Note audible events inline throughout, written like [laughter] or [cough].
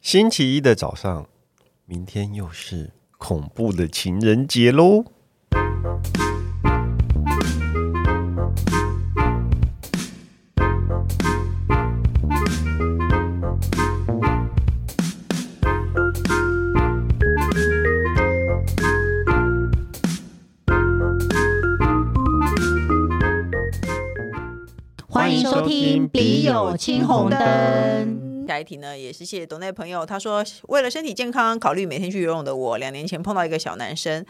星期一的早上，明天又是恐怖的情人节喽！欢迎收听《笔友青红灯》。下一题呢，也是谢谢董内朋友，他说为了身体健康，考虑每天去游泳的我，两年前碰到一个小男生，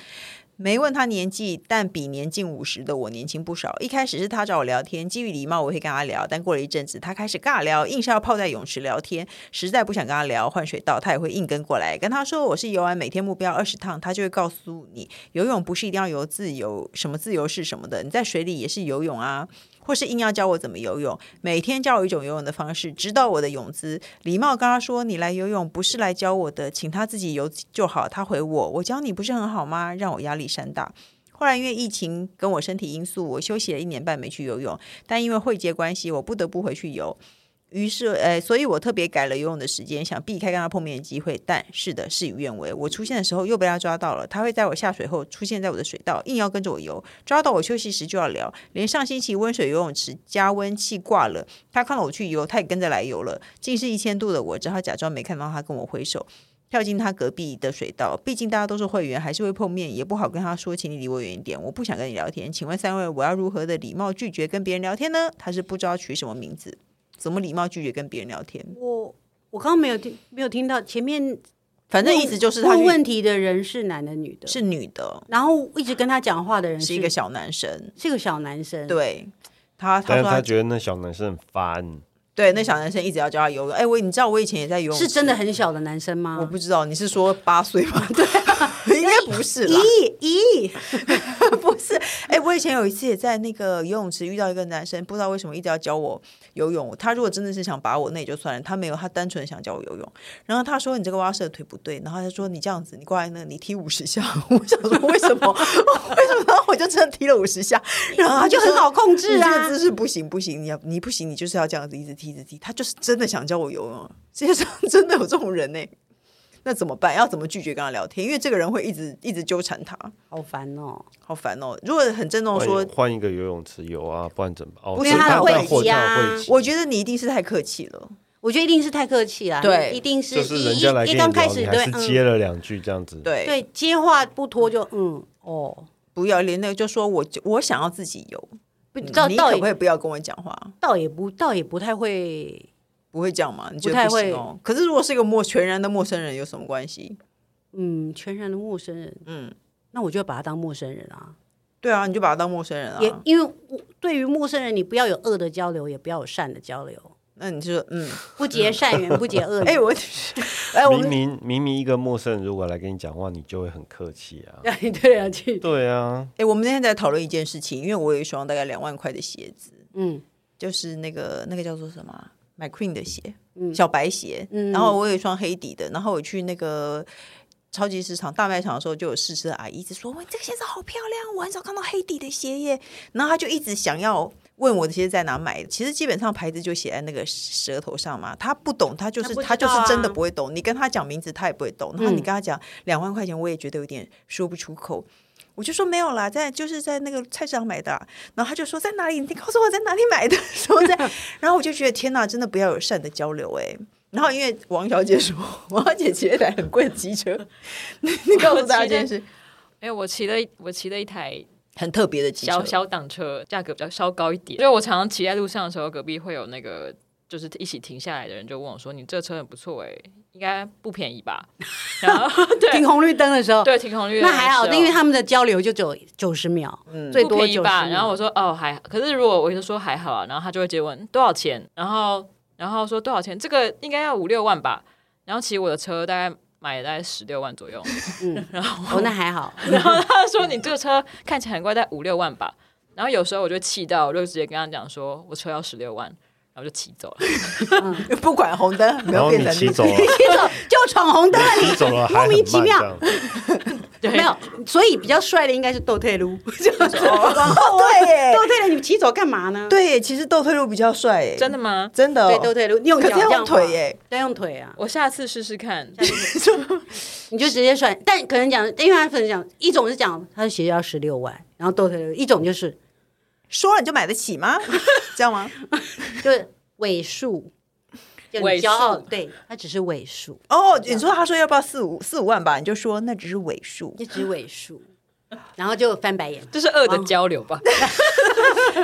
没问他年纪，但比年近五十的我年轻不少。一开始是他找我聊天，基于礼貌我会跟他聊，但过了一阵子，他开始尬聊，硬是要泡在泳池聊天，实在不想跟他聊换水道，他也会硬跟过来。跟他说我是游完每天目标二十趟，他就会告诉你，游泳不是一定要游自由，什么自由式什么的，你在水里也是游泳啊。或是硬要教我怎么游泳，每天教我一种游泳的方式，指导我的泳姿。礼貌跟他说：“你来游泳不是来教我的，请他自己游就好。”他回我：“我教你不是很好吗？”让我压力山大。后来因为疫情跟我身体因素，我休息了一年半没去游泳，但因为会结关系，我不得不回去游。于是，呃，所以我特别改了游泳的时间，想避开跟他碰面的机会。但是的，事与愿违，我出现的时候又被他抓到了。他会在我下水后出现在我的水道，硬要跟着我游。抓到我休息时就要聊，连上星期温水游泳池加温器挂了，他看到我去游，他也跟着来游了。近视一千度的我，只好假装没看到他，跟我挥手。跳进他隔壁的水道，毕竟大家都是会员，还是会碰面，也不好跟他说，请你离我远一点，我不想跟你聊天。请问三位，我要如何的礼貌拒绝跟别人聊天呢？他是不知道取什么名字。怎么礼貌拒绝跟别人聊天？我我刚刚没有听，没有听到前面反正问意思就是他问去问题的人是男的女的，是女的，然后一直跟他讲话的人是一个小男生。是个小男生，，对他，他但说是他他觉得那小男生很烦，对那小男生一直要教他游泳。哎，我你知道我以前也在游泳池，是真的很小的男生吗？我不知道你是说八 [laughs] 岁吗？对、 [laughs] 应该不是啦，咦咦，不是。哎，我以前有一次也在那个游泳池遇到一个男生，不知道为什么一直要教我游泳。他如果真的是想把我，那也就算了，他没有，他单纯想教我游泳。然后他说你这个蛙式的腿不对，然后他说你这样子，你过来那，你踢五十下。 [laughs] 我想说为什么？为什么？然后我就真的踢了五十下，然后他他就说很好控制你这个啊姿。势不行不行，你要你不行，你就是要这样子一直踢一直踢。他就是真的想教我游泳，世界上 [laughs] 真的有这种人呢、那怎么办？要怎么拒绝跟他聊天？因为这个人会一直一直纠缠他，好烦哦，好烦哦。如果很郑重地换说一，换一个游泳池游啊，不然怎么办？哦，不是他的会会籍啊我觉得你一定是太客气了。我觉得一定是太客气了，对一定是就是人一家来一跟你刚开聊，始你对还是接嗯了两句这样子。，对，对接话不脱就嗯哦，不要连那个就说我就我想要自己游，不你倒你倒可不可也以不要跟我讲话？倒也不倒也不太会，不会这样吗？你觉不得太不行哦？可是如果是一个陌全然的陌生人，有什么关系？嗯，全然的陌生人，嗯，那我就把他当陌生人啊。对啊，你就把他当陌生人啊。也因为我对于陌生人，你不要有恶的交流，也不要有善的交流，那你就嗯，不结善缘，不结恶 [laughs] 哎、缘。我哎，我明们明明明一个陌生人如果来跟你讲话，你就会很客气 [laughs] 啊。对对啊，去对啊，哎、我们那天在讨论一件事情，因为我有一双大概两万块的鞋子，嗯，就是那个那个叫做什么啊 McQueen 的鞋，小白鞋。嗯然后我有一双黑底的，然后我去那个超级市场大卖场的时候，就有试吃的阿姨一直说：“哇，你这个鞋子好漂亮，我很少看到黑底的鞋耶。”然后她就一直想要。问我的鞋子在哪买的？其实基本上牌子就写在那个舌头上嘛。她不懂，她就是她不知她就是道啊真的不会懂。你跟她讲名字，她也不会懂。然后嗯你跟她讲两万块钱，我也觉得有点说不出口。我就说没有啦，在就是在那个菜市场买的啊、然后他就说在哪里？你告诉我在哪里买的？ [laughs] 什么在？ [laughs] 然后我就觉得天哪，真的不要有善的交流哎、然后因为王小姐说， [laughs] 王小姐骑了一台很贵的机车，你你 [laughs] 告诉大家这件事，哎、我骑了一我骑了一台很特别的机车，小小挡车，价格比较稍高一点。因为我常常骑在路上的时候，隔壁会有那个就是一起停下来的人就问我说：“你这车很不错哎、应该不便宜吧？” [laughs] 然后对停红绿灯的时候，对，停红绿灯那的还好，哦时候因为他们的交流就只有九十秒，嗯最不多便宜九十吧。秒。然后我说哦还，可是如果我就说还好啊，然后他就会直接问多少钱，然后然后说多少钱，这个应该要五六万吧。然后骑我的车大概买了大概十六万左右，哦，那还 [laughs] 好，然后他说你这个车看起来很贵，在五六万吧。然后有时候我就气到，我就直接跟他讲说我车要十六万，然后就骑走了。 [laughs] [laughs] 不管红灯，没然有后变你 [laughs] [laughs] 成骑绿走啊灯。了， [laughs] 就闯红灯了，骑走了，还很莫名其慢妙嗯这样对没有，所以比较帅的应该是斗退路， [laughs] 就是往后哦对耶，斗退了，你们骑走干嘛呢？对耶，其实斗退路比较帅耶，真的吗？真的对，哦，斗退路，你用可脚是要这用样腿滑，耶，要用腿啊，我下次试试看。你就直接算。但可能讲，因为他可能讲，一种是讲他的鞋要十六万，然后斗退路；一种就是说了你就买得起 [laughs] 吗？这样吗？就是尾数，就你尾数骄傲，对他只是尾数，哦，你说他说要不要四五四五万吧，你就说那只是尾 [laughs] 数，就只尾数，然后就翻白眼。这是恶的交流吧？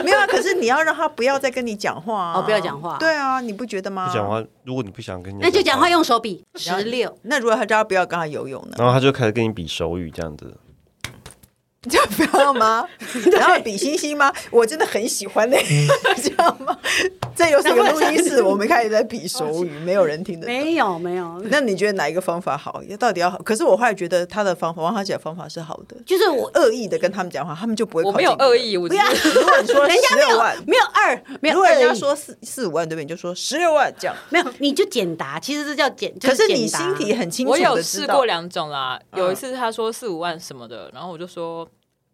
没有啊。可是你要让他不要再跟你讲话啊哦不要讲话对啊，你不觉得吗？不讲。话，如果你不想跟人家那就讲话话，用手比，十六，那如果他叫他不要跟他游泳呢？然后他就开始跟你比手语这样子。你这样不要 [laughs] 吗？然后比星星吗？我真的很喜欢那嗯个， [laughs] 知道吗？这有什么录音室？我们开始在比手语，没有人听得懂。没有没有，那你觉得哪一个方法好？到底要好？可是我后来觉得他的方法，王小姐的方法是好的。 [laughs] 就是我恶意的跟他们讲话，他们就不会。我没有恶。意，我只是如果你 [laughs] [laughs] 说人十家没六有万，没有二，没如有果人二家而已，说四四五万对不对？你就说十六万这样。没有，你就简答，其实这叫简，就可是简你答心里很清楚我有的试知过道，两种啦。嗯有一次他说四五万什么的，然后我就说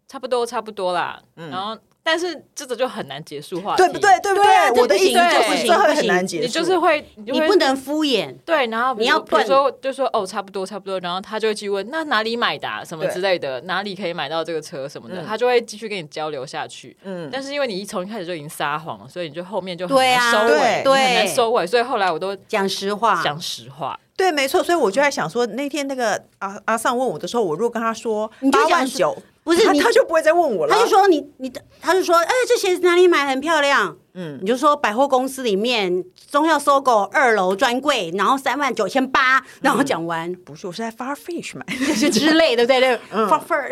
差不多差不多啦。然后但是这个就很难结束话题，对不？对？对不对啊对？我的这不意思行就这不是行这会不很行难解你释。就是会，你就你会不能敷衍，对，然后比如你要比如断说就说哦，差不多差不多，然后他就会去问那哪里买的、啊、什么对之类的，哪里可以买到这个车什么的，嗯他就会继续跟你交流下去。嗯，但是因为你一从一开始就已经撒谎了，所以你就后面就很对难啊收尾，对啊你很难收尾，所以后来我都讲实话，讲实话，对，没错。所以我就在想说，那天那个阿阿尚问我的时候，我如果跟他说你就八万讲是九，不是他你他就不会再问我了。他就说你你的，他就说哎，这鞋子哪里买很漂亮，嗯嗯，你就说百货公司里面中药搜狗二楼专柜，然后三万九千八，然后讲完 [laughs] 不是，我是在 Farfish 买。就是之类，对不对？对，发份儿，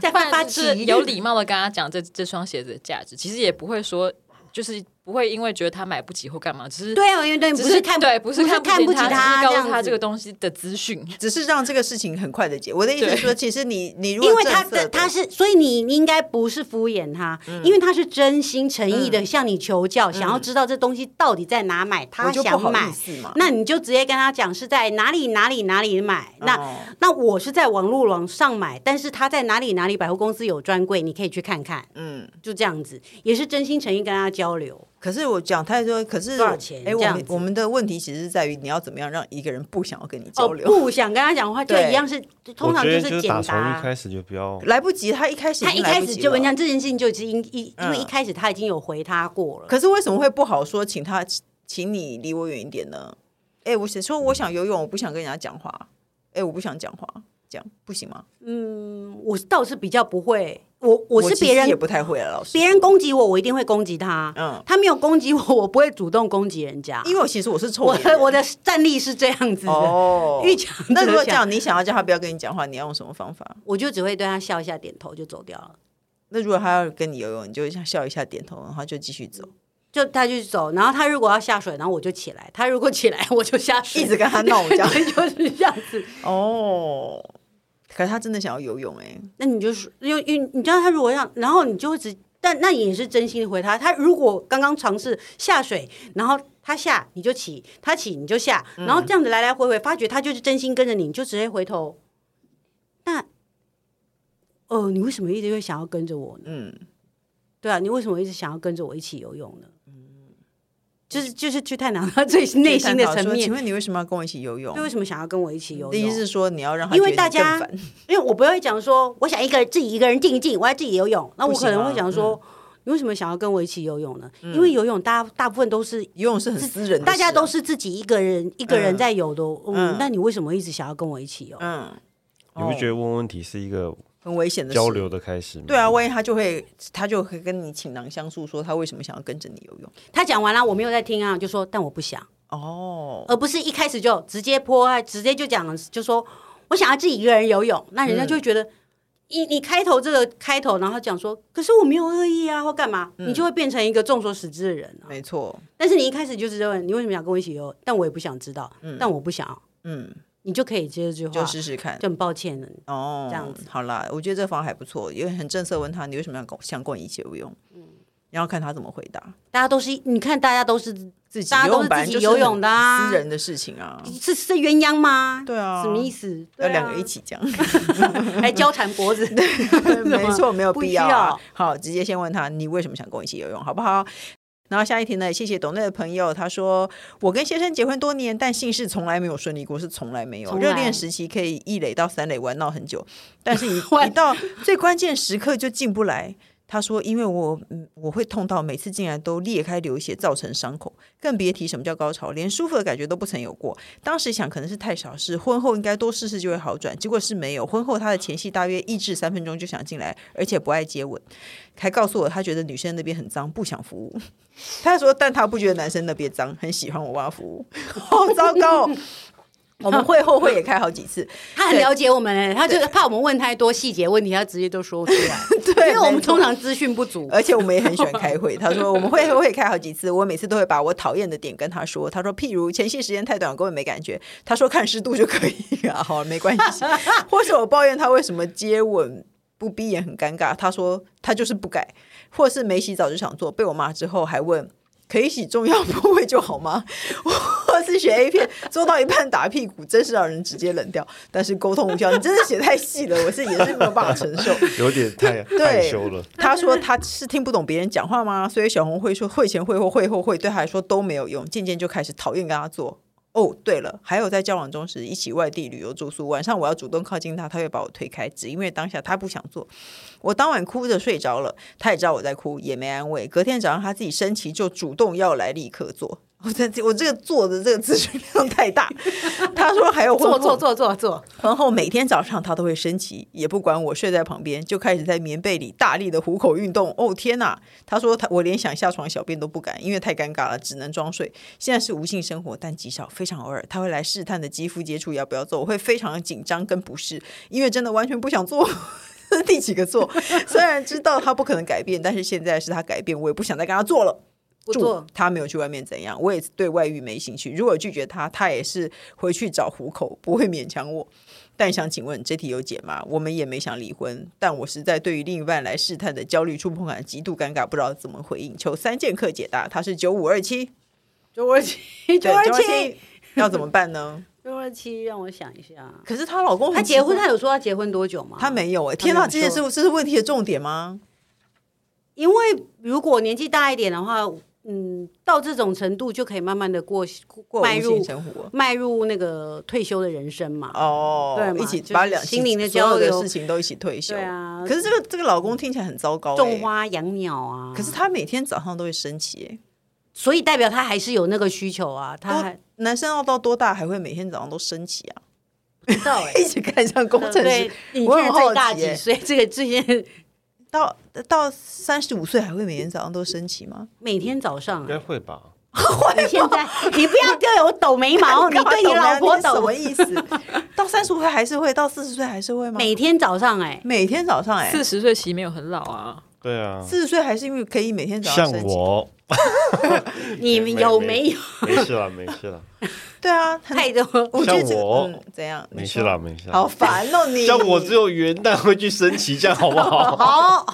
再不发发然就是急，有礼貌的跟他讲这这双鞋子的价值，其实也不会说就是不会因为觉得他买不起或干嘛，只是对啊，因为对，只不是是看对，不是看看不不起起他，只是这告样诉子他这个东西的资讯。只是让这个事情很快的解。我的意思是说，其实你你如果因为他正色的他是，所以你你应该不是敷衍他，因为他是真心诚意的向你求教，想要知道这东西到底在哪买，我他就不想好买意，思嘛。那你就直接跟他讲是在哪里哪里哪里买。那哦那我是在网络网上买，但是他在哪里哪里百货公司有专柜，你可以去看看，嗯，就这样子，也是真心诚意跟他交流。可是我讲太多，可是多少钱哎，这我样们子我们的问题其实是在于你要怎么样让一个人不想要跟你交哦，流。不想跟他讲话，就 [laughs] 对一样是，通常我觉得是是简打从一答。开始就不要。来不及，他一开始已他经一来开不始及就跟你了讲这件事情就已经一，因为嗯一开始他已经有回他过了。可是为什么会不好说，请他，请你离我远一点呢？哎、我想说我想游泳，我不想跟人家讲话。哎、我不想讲话，这样不行吗？我倒是比较不会，我我是其别实也人不太会了，老师。别人攻击我，我一定会攻击他。嗯他没有攻击我，我不会主动攻击人家。因为我其实我是臭我脸人的我的战力是这样子的，哦遇强则那如果这强样，你想要叫他不要跟你讲话，你要用什么方法？我就只会对他笑一下，点头就走掉了。那如果他要跟你游泳，你就像笑一下、点头，然后就继续走，就他就走，然后他如果要下水，然后我就起来；他如果起来， [laughs] 我就下水，一直跟 [laughs] 他闹这样。就是这样子。哦，可是他真的想要游泳哎、那你就是因为因为你知道他如果让，然后你就会直，但那也是真心地回他。他如果刚刚尝试下水，然后他下你就起，他起你就下，然嗯后这样子来来回回，发觉他就是真心跟着你，你就直接回头。那，哦，你为什么一直会想要跟着我呢？嗯，对啊，你为什么一直想要跟着我一起游泳呢？就是就是去探讨他最内心的嗯就探讨层说面请，问你为什么要跟我一起游泳就？为什么想要跟我一起游的意泳思？是说你要让他因为觉得大你更家烦因为我不会讲说我想一个人自己一个人静一静，我要自己游泳。那我可啊能会讲说，嗯你为什么想要跟我一起游泳呢？因为游泳大大部分都是游泳是很私嗯人的事啊、大家都是自己一个人一个人在游的哦。嗯嗯，那你为什么一直想要跟我一起游？嗯，你不觉得问问题是一哦个很危险的事交？流的开始吗？对啊，万一他就会他就会跟你倾囊相诉，说他为什么想要跟着你游泳。他讲完了，我没有在听啊，就说但我不想，哦，而不是一开始就直接泼啊，直接就讲就说我想要自己一个人游泳，那人家就会觉嗯得。你你开头这个开头，然后讲说，可是我没有恶意啊，或干嘛，嗯你就会变成一个众所指之的人啊。没错，但是你一开始就是问你为什么想跟我一起游，但我也不想知道，但我不想，嗯，你就可以接这句话，就试试看。就很抱歉了。哦，这样子嗯好啦，我觉得这方法还不错，因为很正色问他你为什么要跟我想跟我一起游泳。然后看他怎么回答。大家都是，你看大家都是自己大家游都泳是本来自己就是游泳的啊私人的事情啊，是是鸳鸯吗？对啊什么意思？对要啊两个人一起讲， [laughs] 还交缠脖 [laughs] 子， [laughs] 没错，没有不必需要啊、要好，直接先问他，你为什么想跟我一起游泳，好不好？然后下一题呢？谢谢董内的朋友，他说我跟先生结婚多年，但姓氏从来没有顺利过，是从来没有。从来热恋时期可以一垒到三垒玩闹很久，但是一玩一到最关键时刻就进不来。他说：“因为我嗯我会痛到每次进来都裂开流血，造成伤口，更别提什么叫高潮，连舒服的感觉都不曾有过。当时想可能是太少事，婚后应该多试试就会好转，结果是没有。婚后他的前戏大约一至三分钟就想进来，而且不爱接吻，还告诉我他觉得女生那边很脏，不想服务。 [laughs] 他说，但他不觉得男生那边脏，很喜欢我帮他服务。 [laughs] 好糟糕哦、我们会后会也开好几次，他很了解我们欸，他就怕我们问太多细节问题，他直接就说出 [laughs] 来，对因为我们通常资讯不足。而且我们也很喜欢开会。他说我们会会开好几次，我每次都会把我讨厌的点跟他说。他说，譬如前戏时间太短，我根本没感觉。他说看湿度就可以啊，好没关系。 [laughs] 或是我抱怨他为什么接吻不闭眼很尴尬，他说他就是不改，或是没洗澡就想做，被我骂之后还问。可以洗重要部位就好吗？ [laughs] 或是写 A 片做到一半打屁股，真是让人直接冷掉。但是沟通无效，你真的写太细了，我是也是没有办法承受。有点 [laughs] 太害羞了。他说他是听不懂别人讲话吗？所以小红会说会前会后会后会对他来说都没有用，渐渐就开始讨厌跟他做。哦，对了，还有在交往中时一起外地旅游住宿，晚上我要主动靠近他，他会把我推开，只因为当下他不想做。我当晚哭着睡着了，他也知道我在哭，也没安慰。隔天早上他自己升旗就主动要来立刻做。 [laughs] 我在我这个做的这个资讯量太大， [laughs] 他说还有婚做后做做做做，然后每天早上他都会升旗，也不管我睡在旁边，就开始在棉被里大力的虎口运动。哦天哪！他说他我连想下床小便都不敢，因为太尴尬了，只能装睡。现在是无性生活，但极少，非常偶尔。他会来试探的肌肤接触要不要做，我会非常紧张跟不适，因为真的完全不想做。 [laughs] 第几个做？ [laughs] 虽然知道他不可能改变，但是现在是他改变，我也不想再跟他做了。不住 [laughs] 做他没有去外面怎样，我也对外遇没兴趣。如果拒绝他，他也是回去找虎口，不会勉强我。但想请问，这题有解吗？我们也没想离婚，但我实在对于另一半来试探的焦虑触碰感极度尴尬，不知道怎么回应，求三剑客解答。他是九五二七，九二七，九对，二九七，七，要怎么办 [laughs] 呢？九二七，让我想一下，可是她老公他很奇结婚，怪他有说他结婚多久吗？他，没有哎、没有天哪，这件事说这是问题的重点吗？因为如果年纪大一点的话，嗯，到这种程度就可以慢慢的过过迈无性入生活迈入那个退休的人生嘛。哦，对嘛一起就是把两心灵的所有交的流事情都一起退休。对啊可是这个这个老公听起来很糟糕、欸，种花养鸟啊，可是他每天早上都会升旗、欸，所以代表他还是有那个需求啊，他还多男生要到多大还会每天早上都升旗啊？ [laughs] 不知道哎、一起看上工程对师，，你 [laughs] 我现在很好最大奇、几欸，岁？这个这些到到三十五岁还会每天早上都升旗吗？每天早上应啊、该会吧？你现在你不要对我抖眉 [laughs] 毛，你干嘛对你懂老啊婆 [laughs] 你什抖么。意思？ [laughs] 到三十五岁还是会，到四十岁还是会吗？每天早上 [laughs] 哎、每天早上哎、四十岁其实没有很老啊，对啊，四十岁还是因为可以每天早上像升旗，我你们有没有？哦没事了，没事 [laughs] 了，对啊，很太多？我觉得像这个我嗯、怎样？你没事说了，没事好了。烦 [laughs] 哦你。像我只有元旦会去升旗，这样好不好？ [laughs]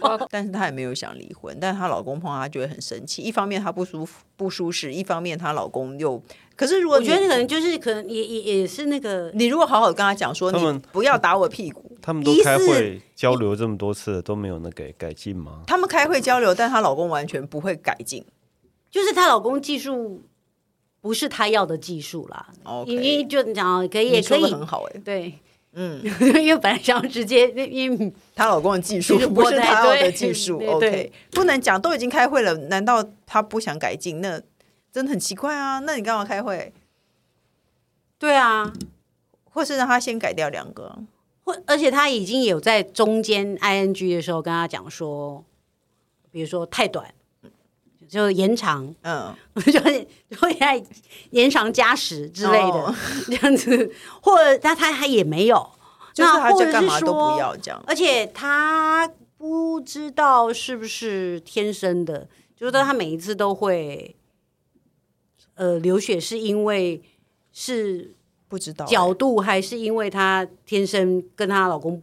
好，但是她也没有想离婚，但是她老公碰到她就会很生气。一方面她不舒服不舒适，一方面她老公又……可是如果我你觉得可能就是可能也也也是那个你如果好好跟她讲说，他们你不要打我屁股。他们都开会交流这么多次了，都没有那个改进吗？他们开会交流，但她老公完全不会改进。就是她老公技术不是她要的技术啦。 OK 因为就讲可以你也可说的以很好哎、对，嗯， [laughs] 因为本来想要直接，因为她老公的技术就是不不是太她要的对技术。对 OK，对不能讲，都已经开会了，难道她不想改进？那真的很奇怪啊！那你干嘛开会？对啊，或是让她先改掉两个？或而且他已经有在中间 ing 的时候跟他讲说，比如说太短，就延长，嗯，就是就在延长加时之类的、哦 [laughs] 这样子，或者但他他也没有，就是那她或者就是干嘛都说不要这样。而且他不知道是不是天生的，就是他每一次都会，呃，流血是因为是不知道欸、角度，还是因为她天生跟她老公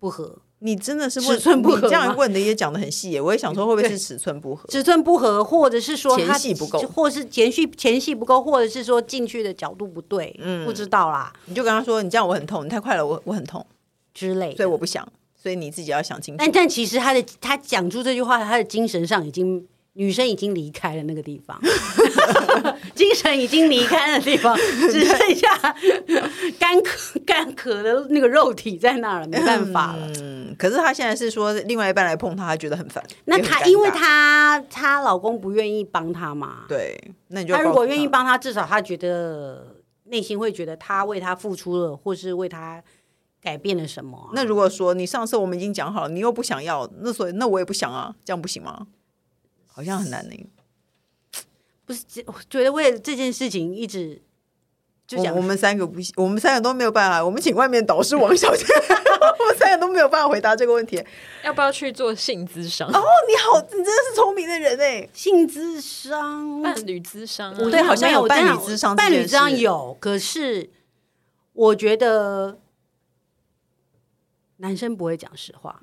不合？你真的是问尺寸不合你这样吗问的也讲的很细耶，我也想说会不会是尺寸不合？尺寸不合，或者是说前它戏不够或是前戏前戏不够，或者是说进去的角度不对，嗯不知道啦你就跟他说你这样我很痛，你太快了，我我很痛，之类的。所以我不想，所以你自己要想清楚但。但其实他的他讲出这句话，他的精神上已经女生已经离开了那个地 [laughs] 方，精神已经离开了地方，只剩下干渴干渴的那个肉体在那儿了，没办法了。嗯，可是他现在是说另外一半来碰他，他觉得很烦。那也很她尴因为尬她她老公不愿意帮她嘛，对，那你就她如果告诉愿意帮她，至少她觉得内心会觉得她为她付出了，或是为她改变了什么啊、那如果说你上次我们已经讲好了，你又不想要，那所以那我也不想啊，这样不行吗？好像很难呢、不是这我觉得为了这件事情一直就讲我我们三个不行，我们三个都没有办法。我们请外面导师王小姐， [laughs] 我们三个都没有办法回答这个问题。哦，要不要去做性咨哦商、你好，你真的是聪明的人哎、性智商伴侣咨商、啊？嗯我对好像有没伴侣但咨商这伴件侣咨商事有，可是我觉得男生不会讲实话。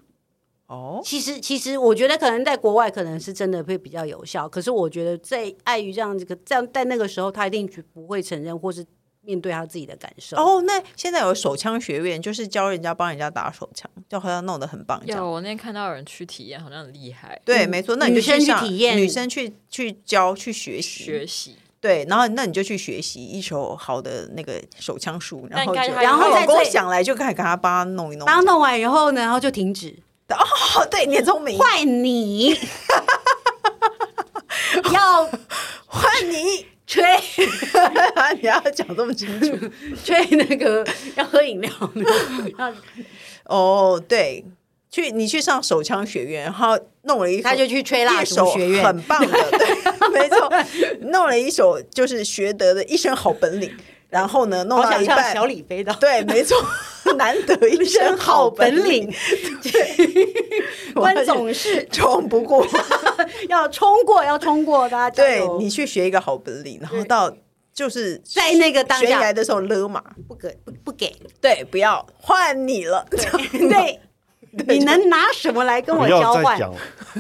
哦，其实，其实我觉得可能在国外可能是真的会比较有效，可是我觉得在碍于这样这个这样，在那个时候他一定绝不会承认或是面对他自己的感受。哦，那现在有手枪学院，就是教人家帮人家打手枪，就好像弄得很棒这有，样。我那天看到有人去体验，好像很厉害，对，没错，那你就嗯女生去上体验女生去去教去学习，学习。对，然后那你就去学习一手好的那个手枪术，然后那你就看然他后有老公在最想来就开始给他帮他弄一弄。当弄完以后呢，然后就停止，哦，对，你很聪明，坏你，要 [laughs] 换你，啊吹你要讲这么清楚。吹那个要喝饮料， [laughs] 要哦，对，去你去上手枪学院，然后弄了一手，他就去吹蜡一烛手学院，很棒的，对， [laughs] 没错，弄了一手就是学得的一身好本领，然后呢，弄好到想一像半小。李飞 [laughs] 刀，对，没错，难得一身好本 [laughs] 领，， [laughs] 关总是冲不 [laughs] 过。要冲过，要冲过，大家加对油你去学一个好本领，然后到就是在那个当悬崖下的时候勒马，不给不不 [laughs] 给，对，不要换你了， [laughs] 对，你能拿什么来跟不我要交再换？讲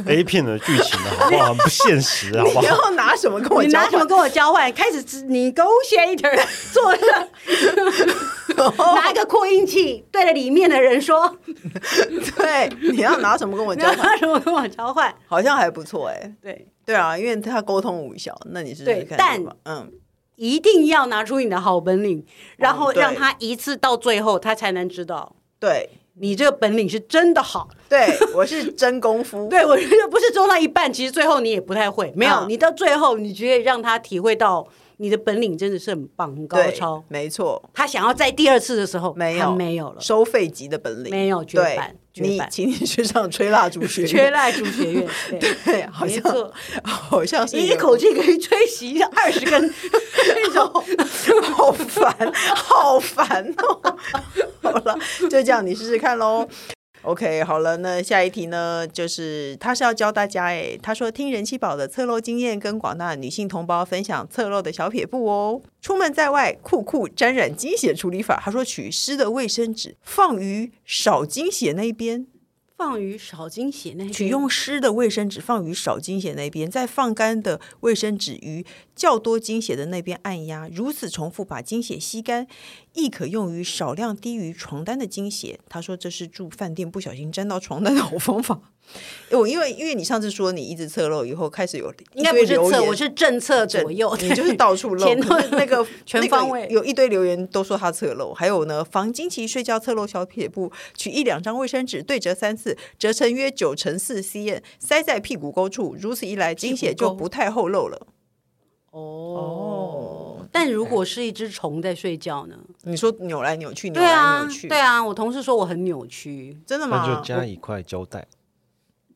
A 片的剧情了，好 [laughs] 不好？很不现实，好不你好？要拿什么跟我你交拿什么换？跟我交换？开始指 negotiator [laughs] 坐着， [laughs] 拿一个扩音器对着里面的人说，对，你要拿什么跟我你交要 [laughs] 换？拿什么跟我交换？好像还不错哎、对，对啊，因为他沟通无效，那你是对但嗯，一定要拿出你的好本领，然后嗯对让他一次到最后，他才能知道对你这个本领是真的好。对，我是真功夫， [laughs] 对，我觉得不是做到一半，其实最后你也不太会。没有，嗯你到最后，你觉得让他体会到你的本领真的是很棒、很高对超。没错，他想要在第二次的时候，没他有没有了，收费级的本领没有绝对版，绝你版请你去上吹蜡 [laughs] 烛学缺院，赖主学院，对， [laughs] 对，好没像错，好像是你一个口气可以吹熄二十根那种。 [laughs] 好烦，好烦哦！ [laughs] 好了，就这样，你试试看喽。OK，好了，那下一题呢？就是他是要教大家诶，他说听人气宝的侧漏经验，跟广大女性同胞分享侧漏的小撇步哦。出门在外，酷酷沾染经血处理法，他说取湿的卫生纸放于少经血那一边，放于少经血那取取用湿的卫生纸放于少经血那边，再放干的卫生纸于较多经血的那边按压，如此重复把经血吸干，亦可用于少量低于床单的经血。他说这是住饭店不小心沾到床单的好方法。 [laughs] 诶我因为因为你上次说你一直侧漏以后开始有应该不是一堆留侧，言我是正侧左右，你就是到处漏，前可后是那 [laughs] 个 [laughs] 全方位那个有一堆留言都说他侧漏，还有呢，防惊奇睡觉侧漏小撇步，取一两张卫生纸对折三次，折成约九乘四 cm，塞在屁股沟处，如此一来经血就不太后漏了。哦。但如果是一只虫在睡觉呢？你说扭来扭去，扭对来啊扭去，，对啊，我同事说我很扭曲，真的那就吗？加一块胶带，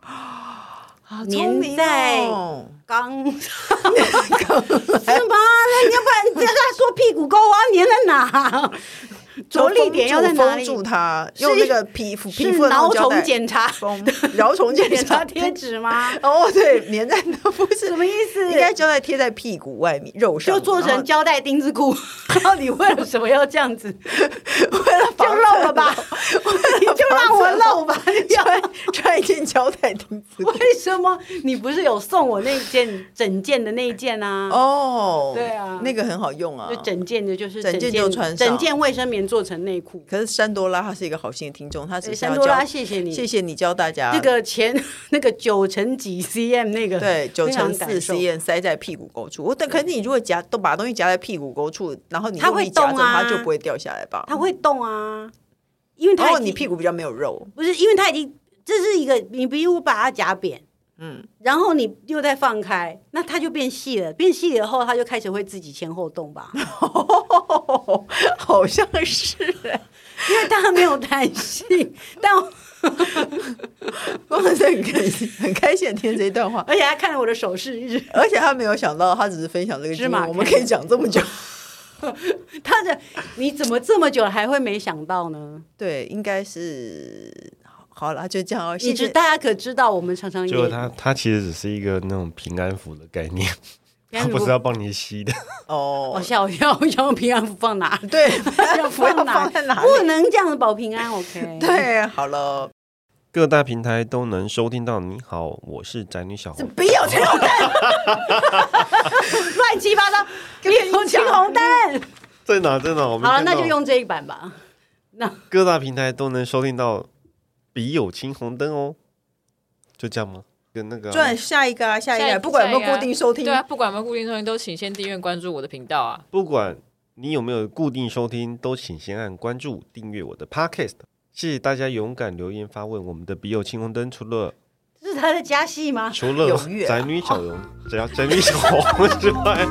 好聪粘明在哦刚是 [laughs] 吗？那你要不然你再说屁股沟啊，粘在哪？着力点要在哪 [laughs] 里？封住它，用那个皮肤皮是肤的那挠种胶带虫检查 [laughs] 封饶虫检检查查贴。纸吗？哦，对，粘在 [laughs] 那不是什么意思？应该胶带贴在屁股外面肉上，就做然成后胶带丁字裤， [laughs] 然后你为了什么要这样子？为了就防漏了吧， [laughs] 你就让我漏吧。 [laughs] 要 [laughs] 穿穿一件胶带钉子裤。为什么你不是有送我那件整件的那一件啊？哦，对啊那个很好用啊就。整件的，就是整件件就穿上整件卫生棉做成内裤。哎可是山多拉他是一个好心的听众，他只是山要多拉，教，谢谢你。谢谢你教大家那个前 [laughs] 那个九乘几 cm 那个对，九非常乘四感受 cm 塞在屁股沟处。我但可是你如果夹都把东西夹在屁股沟处，然后你它用会力夹着动啊它就不会掉下来吧？它会动啊，因为然它已后哦你经屁股比较没有 [laughs] 肉，不是因为它已经这是一个你比如把它夹扁，嗯，然后你又再放开，那它就变细了，变细了后它就开始会自己前后动吧，好像是。因为它没有弹性， [laughs] 但我 [laughs] 我很很开心，很开心地听这一段话，而且他看了我的手势，一直而且他没有想到，他只是分享这个芝经验麻我们开可以讲这么 [laughs] 久。他的你怎么这么久还会没想到呢？对，应该是好好啦，就这样哦。你谢知谢大家可知道我们常常就也它它其实只是一个那种平安符的概念，它平安符不是要帮你吸的。我哦。吓我一跳，我想平安符放哪？ [laughs] 对， [laughs] 要不要放放哪？在哪里？不能这样子保平安，OK？， [laughs] 对，好了，各大平台都能收听到。你好，我是宅女小红。不要这哦样，乱七八糟，跟别人有青红灯。在哪？在哪？我没好了，看到那就用这一版吧。各大平台都能收听到。笔友青红灯哦，就这样吗？跟那个啊转下一个啊，下一下一个，个不管有没有下一个啊固定收听对，啊，不管有没有固定收听，都请先订阅关注我的频道啊。不管你有没有固定收听，都请先按关注、订阅我的 Podcast。谢谢大家勇敢留言发问。我们的笔友青红灯除了这是他的加 [laughs] 戏吗？除了踊跃啊宅女小红，只要 [laughs] 宅女小红之外，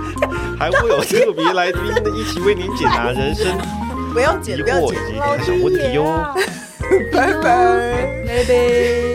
还会有特别来宾一起为您解答人生不要剪，疑 [laughs] 不要惑剪，哦哎以及小问题哟、老天爷啊拜拜。拜拜。